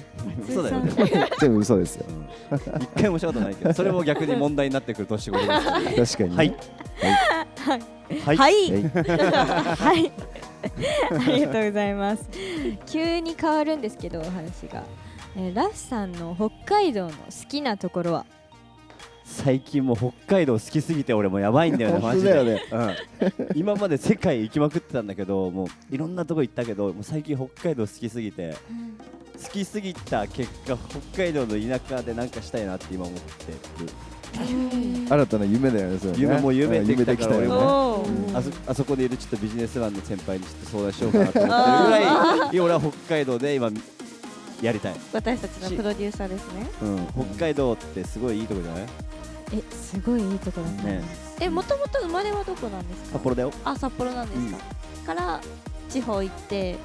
[SPEAKER 4] そうだよね、
[SPEAKER 3] 全部嘘ですよ
[SPEAKER 4] うん 一回もしたことないけどそれも逆に問題になってくる年頃です
[SPEAKER 3] 確かにね、
[SPEAKER 4] はいはい
[SPEAKER 1] はい
[SPEAKER 3] はい
[SPEAKER 1] はい。ありがとうございます。急に変わるんですけど、お話が。えーラフさんの北海道の好きなところは。
[SPEAKER 4] 最近もう北海道好きすぎて俺もやばいんだよね
[SPEAKER 3] 本
[SPEAKER 4] マ
[SPEAKER 3] 当
[SPEAKER 4] ジ
[SPEAKER 3] だよ
[SPEAKER 4] で
[SPEAKER 3] ね、うん
[SPEAKER 4] 今まで世界行きまくってたんだけどもういろんなとこ行ったけどもう最近北海道好きすぎて好きすぎた結果北海道の田舎でなんかしたいなって今思ってる
[SPEAKER 3] 新たな夢だよねそれね
[SPEAKER 4] 夢も夢
[SPEAKER 3] うん
[SPEAKER 4] できたから
[SPEAKER 3] 夢
[SPEAKER 4] 俺
[SPEAKER 3] できた
[SPEAKER 4] も
[SPEAKER 3] よね
[SPEAKER 1] おー
[SPEAKER 4] あそあそこにいるちょっとビジネスマンの先輩にちょっと相談しようかなと思ってるぐらい俺は北海道で今やりたい、
[SPEAKER 6] 私たちのプロデューサーですね。
[SPEAKER 4] うん、北海道ってすごいいいとこじゃない
[SPEAKER 1] え、すごいいいところだったん
[SPEAKER 4] ね
[SPEAKER 1] です。
[SPEAKER 6] え、もともと生まれはどこなんですか。
[SPEAKER 4] 札幌だよ
[SPEAKER 6] あ、札幌なんですか。から地方行って、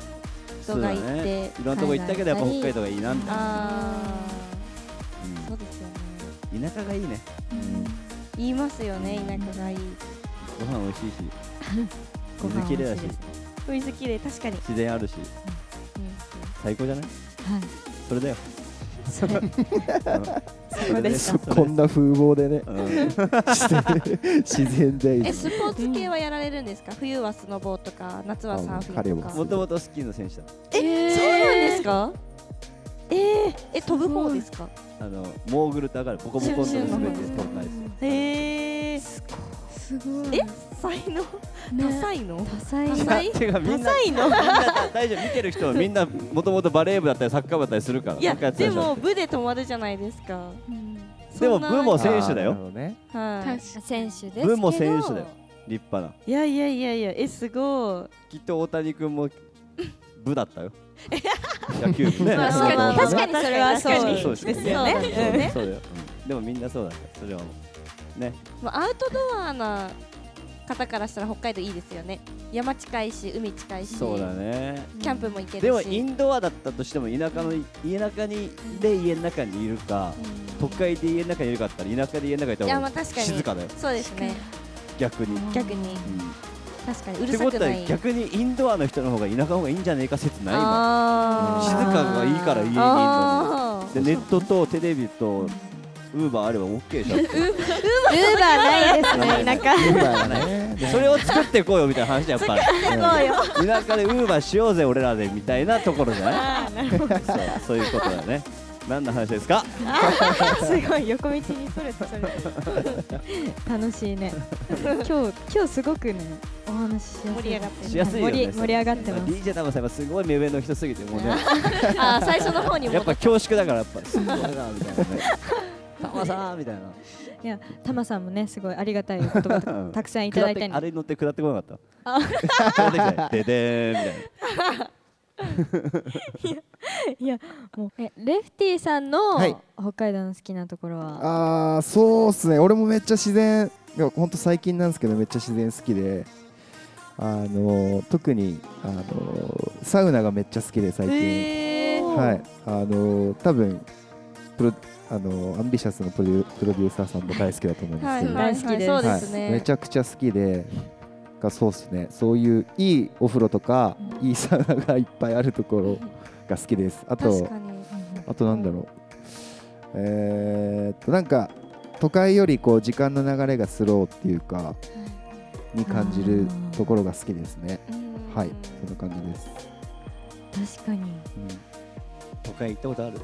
[SPEAKER 4] そう
[SPEAKER 6] 人
[SPEAKER 4] だ
[SPEAKER 6] が行って、
[SPEAKER 4] ねいろんなとこ行ったけどやっぱ北海道がいいなみたいな、
[SPEAKER 6] ああ、そうですよね。
[SPEAKER 4] うん田舎がいいね
[SPEAKER 6] 言いますよね、田舎がいい。
[SPEAKER 4] ご飯美味しいし
[SPEAKER 1] ご飯
[SPEAKER 4] 水きれいだし
[SPEAKER 1] 美味しい
[SPEAKER 6] 水綺麗、確かに。
[SPEAKER 4] 自然あるし最高じゃない
[SPEAKER 1] はい。
[SPEAKER 4] それだよ
[SPEAKER 1] それ
[SPEAKER 4] それ
[SPEAKER 6] です
[SPEAKER 4] それ
[SPEAKER 3] こんな風貌でね
[SPEAKER 4] うん
[SPEAKER 3] 自然でいい
[SPEAKER 6] え、スポーツ系はやられるんですか。冬はスノボーとか、夏はサーフィンと
[SPEAKER 3] あ
[SPEAKER 6] か。
[SPEAKER 4] もともとスキーの選手だ
[SPEAKER 6] え、そうなんですか。えー、え、飛ぶ方ですか。
[SPEAKER 4] あのモーグルって上がるボコボコの滑って
[SPEAKER 6] シュンシュンの
[SPEAKER 4] 飛
[SPEAKER 6] 方です
[SPEAKER 4] んだりする
[SPEAKER 6] ええ、
[SPEAKER 5] すごい。
[SPEAKER 6] え、才能、多
[SPEAKER 5] ね、
[SPEAKER 6] 才能。
[SPEAKER 1] 多彩な。
[SPEAKER 6] 多才。
[SPEAKER 4] てかみん
[SPEAKER 6] 多
[SPEAKER 4] な
[SPEAKER 6] 才の
[SPEAKER 4] みんな大丈夫見てる人はみんなもともとバレー部だったりサッカー部だったりするから
[SPEAKER 6] いや
[SPEAKER 4] サッカーって
[SPEAKER 6] で
[SPEAKER 4] たでし
[SPEAKER 6] も
[SPEAKER 4] ょ
[SPEAKER 6] 部で止まるじゃないですか。
[SPEAKER 5] うん
[SPEAKER 4] で
[SPEAKER 6] そ
[SPEAKER 4] も
[SPEAKER 6] んな
[SPEAKER 4] 部も選手だ
[SPEAKER 3] あーなる
[SPEAKER 4] よ
[SPEAKER 3] ほどね
[SPEAKER 6] は。
[SPEAKER 5] 確か
[SPEAKER 1] 選手ですけど。
[SPEAKER 4] ブンも選手だよ立派ない
[SPEAKER 6] いやいやいやいやえすご
[SPEAKER 4] きっと大谷君も部 だったよ野球部ね
[SPEAKER 6] まあそうまあ
[SPEAKER 1] 確かにそれは
[SPEAKER 6] 確かに
[SPEAKER 1] そ
[SPEAKER 4] そうう
[SPEAKER 1] ですよ
[SPEAKER 4] です
[SPEAKER 1] ね
[SPEAKER 4] よ。
[SPEAKER 6] ね
[SPEAKER 4] ねそうだようんでもみんなそうだからそれはもうね
[SPEAKER 6] い。まあアウトドアな方からしたら北海道いいですよね。山近いし海近いし。
[SPEAKER 4] そうだね
[SPEAKER 6] キャンプも行けるし。
[SPEAKER 4] でもインドアだったとしても田舎の家中にで家の中にいるか都会で家の中にいるかだったら田舎で家の中にいた
[SPEAKER 6] いや
[SPEAKER 4] 方
[SPEAKER 6] まあ
[SPEAKER 4] が
[SPEAKER 6] 確かに。
[SPEAKER 4] 静かだよ
[SPEAKER 6] そうですね。
[SPEAKER 4] 逆に、うん
[SPEAKER 6] 逆に確かにう
[SPEAKER 4] っ
[SPEAKER 6] る
[SPEAKER 4] て
[SPEAKER 6] さ
[SPEAKER 4] こ
[SPEAKER 6] く
[SPEAKER 4] とは
[SPEAKER 6] ない。
[SPEAKER 4] 逆にインドアの人の方が田舎の方がいいんじゃねえか説ない今
[SPEAKER 6] ああ。
[SPEAKER 4] 静かがいいから家にいるの
[SPEAKER 6] あ
[SPEAKER 4] にでネットとテレビとウーバーあれば OK じゃん
[SPEAKER 1] ウーバーないです
[SPEAKER 4] な
[SPEAKER 1] ね。
[SPEAKER 4] い
[SPEAKER 1] 田舎。
[SPEAKER 3] 今は ね
[SPEAKER 4] でそれを作っていこうよみたいな話だやっぱり
[SPEAKER 6] ー。そうよ。
[SPEAKER 4] うん田舎でウーバーしようぜ俺らでみたいなところじゃないそうそういうことだね何の話ですか
[SPEAKER 1] すごい横道にそれたそれた楽しいね今日今日すごくねお話ししやすい
[SPEAKER 6] 盛り上がってる
[SPEAKER 4] しやすいよね
[SPEAKER 1] 盛り盛り上がってます
[SPEAKER 4] DJ 玉さんがすごい目上の人すぎてもうね
[SPEAKER 6] あー最初の方に
[SPEAKER 4] や
[SPEAKER 6] 戻
[SPEAKER 4] っ
[SPEAKER 6] った
[SPEAKER 4] ぱ。恐縮だからやっぱすごいなみたいな ね玉さんみたいない
[SPEAKER 1] やタマさんもねすごいありがたいお言葉とかたくさんいただいたり
[SPEAKER 4] あれに乗って下ってこなかっ
[SPEAKER 1] あ
[SPEAKER 4] た 下ってきたででーんみたいない
[SPEAKER 1] やもうえレフティさんの
[SPEAKER 3] はい
[SPEAKER 1] 北海道の好きなところは
[SPEAKER 3] あーそうっすね俺もめっちゃ自然いやほんと最近なんですけどめっちゃ自然好きであのー特に、あのーサウナがめっちゃ好きで最近、
[SPEAKER 6] えー
[SPEAKER 3] はいあのー多分プロあのーアンビシャスのプロデュプロデューサーさんも大好きだと思うんですけど、
[SPEAKER 1] 大好きです
[SPEAKER 6] そうで
[SPEAKER 3] はい
[SPEAKER 6] すね。
[SPEAKER 3] めちゃくちゃ好きでがそうですねそういういいお風呂とか、いいサウナがいっぱいあるところが好き ですあと
[SPEAKER 6] 確かに。
[SPEAKER 3] あとなんだろう、えーっとなんか都会よりこう時間の流れがスローっていうかに感じるところが好きですね
[SPEAKER 6] うん
[SPEAKER 3] はいそんな感じです、
[SPEAKER 1] 確かに
[SPEAKER 3] うん
[SPEAKER 4] 都会行ったことある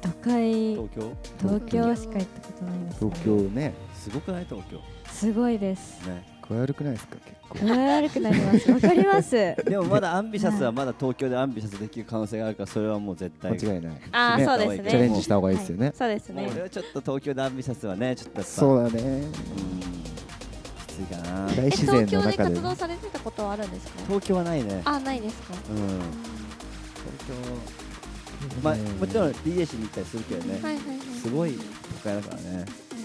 [SPEAKER 1] 都会
[SPEAKER 4] 東京
[SPEAKER 1] 東京しか行ったことないです、ね、
[SPEAKER 3] 東京ね
[SPEAKER 4] すごくない東京
[SPEAKER 1] すごいです
[SPEAKER 4] ね
[SPEAKER 3] 具合悪くないですか結構
[SPEAKER 1] 具合悪くなりますわかります
[SPEAKER 4] でもまだアンビシャスはまだ東京でアンビシャスできる可能性があるからそれはもう絶対
[SPEAKER 3] 間違いない
[SPEAKER 6] ああ
[SPEAKER 4] ね
[SPEAKER 6] そうですね。
[SPEAKER 3] チャレンジした方がいいですよね、
[SPEAKER 6] そうです
[SPEAKER 4] もう
[SPEAKER 6] ね。
[SPEAKER 4] 俺はちょっと東京でアンビシャスはねちょっとやっぱ
[SPEAKER 3] そうだね
[SPEAKER 4] うんきついかな
[SPEAKER 3] 大
[SPEAKER 6] え
[SPEAKER 3] 自然
[SPEAKER 6] 東
[SPEAKER 3] の
[SPEAKER 6] 京で
[SPEAKER 3] 中で
[SPEAKER 6] 活動されてたことはあるんですか。
[SPEAKER 4] 東京はないね
[SPEAKER 6] あないですか。
[SPEAKER 4] うん東京まあ
[SPEAKER 3] うん
[SPEAKER 4] もちろん DJ しに行ったりするけどね
[SPEAKER 6] はいはいはい。
[SPEAKER 4] すごい都会だからね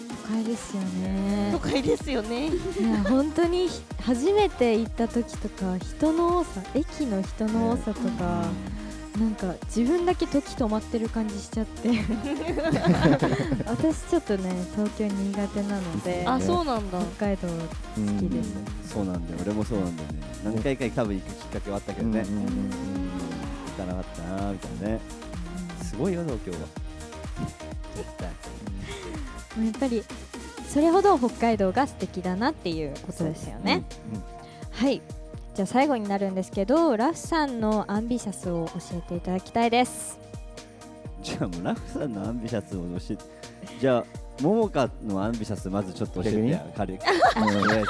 [SPEAKER 1] 都会ですよね
[SPEAKER 6] 都会ですよね。
[SPEAKER 1] いや本当にひ初めて行った時とか人の多さ駅の人の多さとか、なんか自分だけ時止まってる感じしちゃって私ちょっとね東京苦手なので
[SPEAKER 6] あそうなんだ。
[SPEAKER 1] 北海道好きです、
[SPEAKER 4] そうなんだよ俺もそうなんだよね何回か多分行くきっかけはあったけどね
[SPEAKER 3] うんうんうんうん
[SPEAKER 4] かなかったなみたいなねすごいよ東京は絶対
[SPEAKER 1] もうやっぱりそれほど北海道が素敵だなっていうことですよね。はいじゃあ最後になるんですけどラフさんのアンビシャスを教えていただきたいです。
[SPEAKER 4] じゃあもうラフさんのアンビシャスを教えてじゃあももかのアンビシャスまずちょっと教えてよ軽いうんとりあえず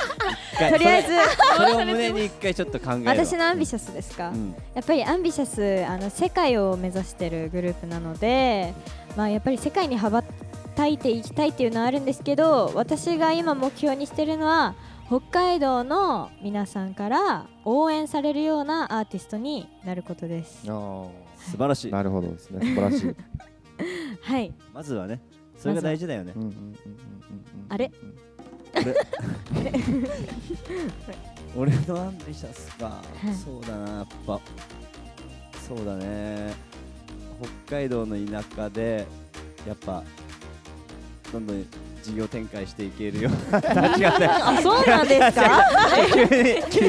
[SPEAKER 4] 一回
[SPEAKER 1] とりあえず
[SPEAKER 4] それそれを胸に一回ちょっと考えるわ
[SPEAKER 1] 私のアンビシャスですか、
[SPEAKER 4] うん
[SPEAKER 1] やっぱりアンビシャスあの世界を目指してるグループなので、まあ、やっぱり世界に羽ばたいていきたいっていうのはあるんですけど私が今目標にしてるのは北海道の皆さんから応援されるようなアーティストになることです。
[SPEAKER 3] あ
[SPEAKER 4] 素晴らし
[SPEAKER 3] あ
[SPEAKER 4] い
[SPEAKER 3] なるほど ですね素晴らしい
[SPEAKER 1] はい、
[SPEAKER 4] まずはねそれが大事だよね
[SPEAKER 3] うんうんうんうんうん
[SPEAKER 1] あれ
[SPEAKER 4] 俺のアンビシャスか、
[SPEAKER 1] い
[SPEAKER 4] そうだなやっぱそうだね北海道の田舎でやっぱどんどん事業展開していけるよ違ったよ
[SPEAKER 1] あそうなんですか
[SPEAKER 4] 急に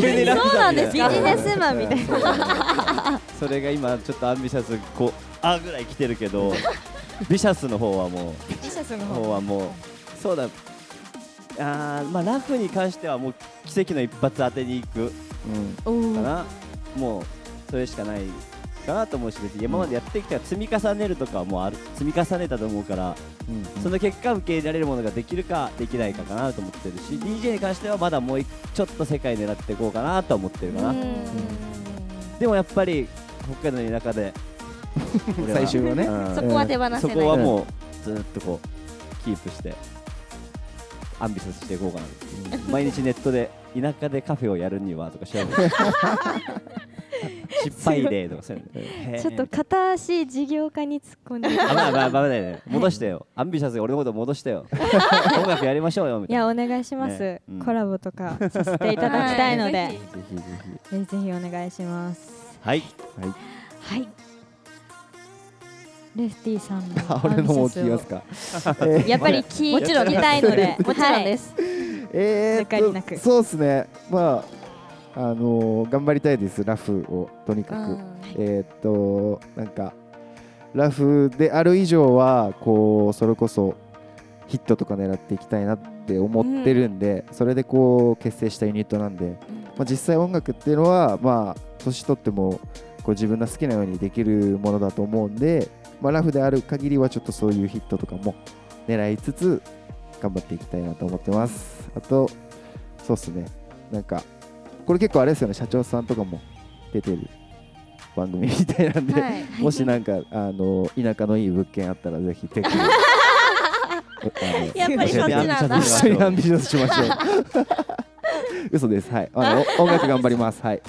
[SPEAKER 4] 急に楽
[SPEAKER 1] そうなんです
[SPEAKER 4] だ
[SPEAKER 1] か
[SPEAKER 4] ね
[SPEAKER 1] ビジネスマンみたい
[SPEAKER 4] なそれが今ちょっとアンビシャスこうあぐらい来てる けどビシャスの方はも
[SPEAKER 1] アンビシャスの
[SPEAKER 4] う
[SPEAKER 1] 方
[SPEAKER 4] 方はもうそうだあーまあラフに関してはもう奇跡の一発当てに行く
[SPEAKER 3] うん
[SPEAKER 4] かな、もうそれしかないかなと思うし別に今までやってきた積み重ねるとかはもうある積み重ねたと思うから、
[SPEAKER 3] うん
[SPEAKER 4] その結果受け入れられるものができるかできないかかなと思ってるし DJ に関してはまだもう一ちょっと世界狙っていこうかなと思ってるかな、でもやっぱり北海道の田舎 で俺
[SPEAKER 3] 最終はね
[SPEAKER 4] うん
[SPEAKER 6] そこは手放せない
[SPEAKER 4] そこはもうずっとこうキープしてアンビシャスしていこうかなと毎日ネットで田舎でカフェをやるにはとか調べて失敗例とかそういうのへー
[SPEAKER 1] ちょっと片足事業家に突っ込んで
[SPEAKER 4] あまあまあまあだよね戻してよアンビシャスで俺のこと戻してよ音楽やりましょうよみ
[SPEAKER 1] い
[SPEAKER 4] たい
[SPEAKER 1] や
[SPEAKER 4] な
[SPEAKER 1] お願いします、
[SPEAKER 4] ねうん
[SPEAKER 1] コラボとかさせていただきたいので、
[SPEAKER 6] はいぜ
[SPEAKER 3] ぜひぜひ
[SPEAKER 1] ぜひぜひお願いします。
[SPEAKER 4] はい
[SPEAKER 1] はい。レフティさんの
[SPEAKER 3] あ俺のも聞きますかえ
[SPEAKER 1] やっぱり聞
[SPEAKER 6] もちろん
[SPEAKER 1] 聞きたいので、。
[SPEAKER 6] もちろんですす、
[SPEAKER 3] え
[SPEAKER 1] 抜かりなく
[SPEAKER 3] ー、そうですねまああのー頑張りたいですラフをとにか
[SPEAKER 6] う
[SPEAKER 3] く
[SPEAKER 6] ん
[SPEAKER 3] えーっとなんかラフである以上はこうそれこそヒットとか狙っていきたいなって思ってるんで、それでこう結成したユニットなんで、まあ、実際音楽っていうのはまあ年取ってもこう自分の好きなようにできるものだと思うんで、まあ、ラフである限りはちょっとそういうヒットとかも狙いつつ頑張っていきたいなと思ってますあとそうっすねなんかこれ結構あれですよね社長さんとかも出てる番組みたいなんで、
[SPEAKER 6] はい
[SPEAKER 3] もしなんかあの田舎のいい物件あったらぜひテク
[SPEAKER 6] やっぱりそっちなんだ
[SPEAKER 3] 一緒にアンビシャスしましょう嘘ですはいあのお音楽頑張りますはい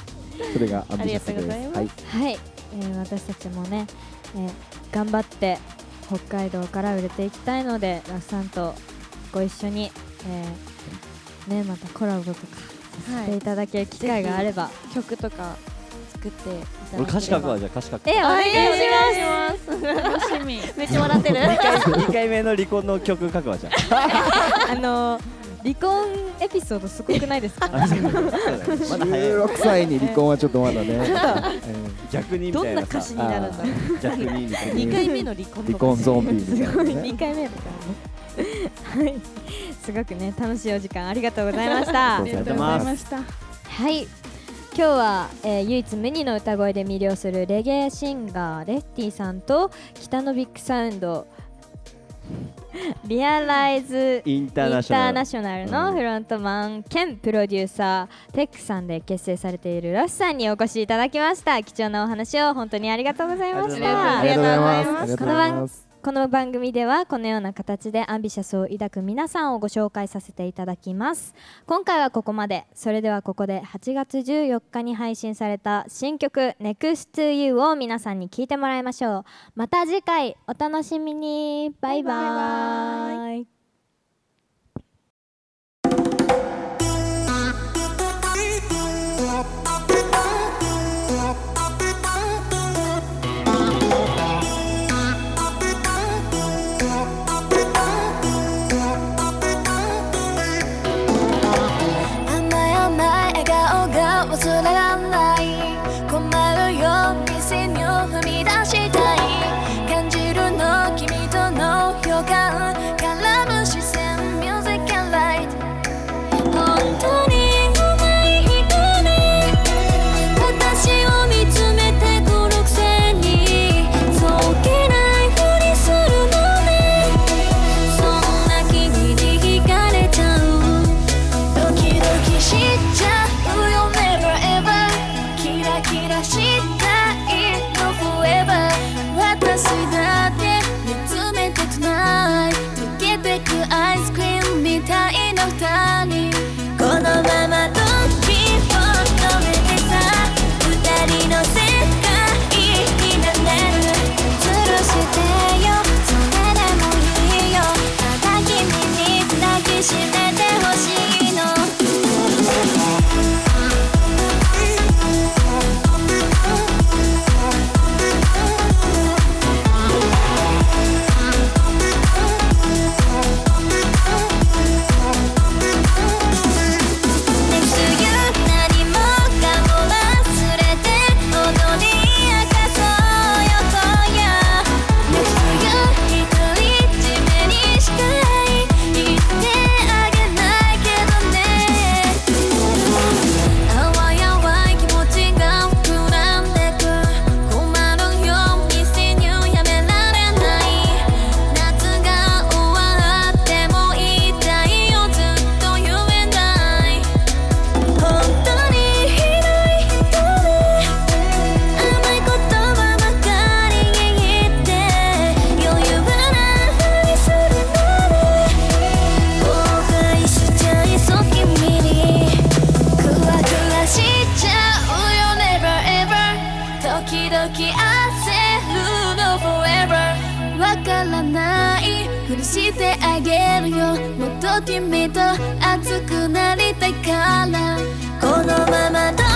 [SPEAKER 3] それがアンビシャスです
[SPEAKER 6] ありがとうご
[SPEAKER 3] は
[SPEAKER 6] ざい
[SPEAKER 3] い
[SPEAKER 1] はい、えー私たちもね、えー頑張って北海道から売れていきたいので、ラフさんとご一緒に、えーねまたコラボとかし
[SPEAKER 6] は
[SPEAKER 1] てい
[SPEAKER 6] い、
[SPEAKER 1] ただける機会があれば、
[SPEAKER 6] 曲とか作っていただ
[SPEAKER 4] 俺歌詞
[SPEAKER 6] けれ
[SPEAKER 4] 書く
[SPEAKER 6] ば
[SPEAKER 4] わじゃあ歌詞書く
[SPEAKER 1] えお願いします。
[SPEAKER 5] 楽しみ。
[SPEAKER 6] めっちゃ笑ってる
[SPEAKER 4] 2回目の離婚の曲書くわじゃあ
[SPEAKER 1] あの離婚エピソードすごくないです か？
[SPEAKER 4] あそうだねまだ早い
[SPEAKER 3] 16歳に離婚はちょっとまだね、
[SPEAKER 4] 逆にみ
[SPEAKER 6] ど
[SPEAKER 4] たい
[SPEAKER 6] ん
[SPEAKER 4] な
[SPEAKER 6] な歌詞
[SPEAKER 4] さ
[SPEAKER 6] になるんだろう
[SPEAKER 4] 逆にみたいな
[SPEAKER 6] 2回目の離婚
[SPEAKER 3] 離
[SPEAKER 6] の
[SPEAKER 3] 婚ゾ
[SPEAKER 6] ン
[SPEAKER 3] ンビみたいなね
[SPEAKER 1] 2回目だからね。はい、すごくね楽しいお時間ありがとうございました
[SPEAKER 3] あ
[SPEAKER 5] あ
[SPEAKER 3] り
[SPEAKER 5] り
[SPEAKER 3] が
[SPEAKER 5] が
[SPEAKER 3] と
[SPEAKER 5] と
[SPEAKER 3] う
[SPEAKER 5] う
[SPEAKER 3] ご
[SPEAKER 5] ご
[SPEAKER 3] ざ
[SPEAKER 5] ざ
[SPEAKER 3] い
[SPEAKER 5] い
[SPEAKER 3] ま
[SPEAKER 5] ました。
[SPEAKER 1] はい今日は、えー唯一無二の歌声で魅了するレゲエシンガーレッティさんと北のビッグサウンドリアライズ
[SPEAKER 4] インター
[SPEAKER 1] イ
[SPEAKER 4] ナ
[SPEAKER 1] ン
[SPEAKER 4] ショ
[SPEAKER 1] タ
[SPEAKER 4] ナ
[SPEAKER 1] ー
[SPEAKER 4] ル
[SPEAKER 1] ナショナルの
[SPEAKER 4] うん
[SPEAKER 1] フロントマン兼プロデューサーテックさんで結成されているラフさんにお越しいただきました貴重なお話を本当にありがとうございま
[SPEAKER 4] あ
[SPEAKER 1] し
[SPEAKER 4] りがとうござい
[SPEAKER 1] た
[SPEAKER 4] ます
[SPEAKER 3] ありがと
[SPEAKER 1] が
[SPEAKER 6] あり
[SPEAKER 3] うございますありが
[SPEAKER 1] と
[SPEAKER 3] と
[SPEAKER 1] うご
[SPEAKER 3] うござ
[SPEAKER 1] ざ
[SPEAKER 3] い
[SPEAKER 1] い
[SPEAKER 3] ま
[SPEAKER 1] ますこの番組ではこのような形でアンビシャスを抱く皆さんをご紹介させていただきます今回はここまでそれではここで8月14日に配信された新曲「NEXTTOYOU」を皆さんに聴いてもらいましょうまた次回お楽しみにバイバイイ
[SPEAKER 7] 甘い甘い笑顔が忘れられない困るよ店に寄るしたい感じるの君との予感絡む視線ミュージックライト本当にうまい人ね私を見つめてくるくせにそっけないふりするのねそんな君に惹かれちゃうドキドキしちゃうよ Never ever キラキラしたいの Forever 私だって見つめて Tonight 溶けてくアイスクリームみたいな二人このまま時を止めてさ二人の世界になれるずるしてよそれでもいいよただ君に抱きしめてほしいの「何もかも忘れて踊り明かそうよ今夜」「Next to you 独り占めにしたい」「言ってあげないけどね」淡い淡い気持ちが膨らんでく困るよミスにやめられない夏が終わっても言いたいよずっと言えない本当にひどい人で甘い言葉ばかり言って余裕なふりするので後悔しちゃいそう君にクワクワしちゃうよ Never ever 時々焦るの Forever わからないふりしてあげるよもっと君と熱くなりたいからこのまま時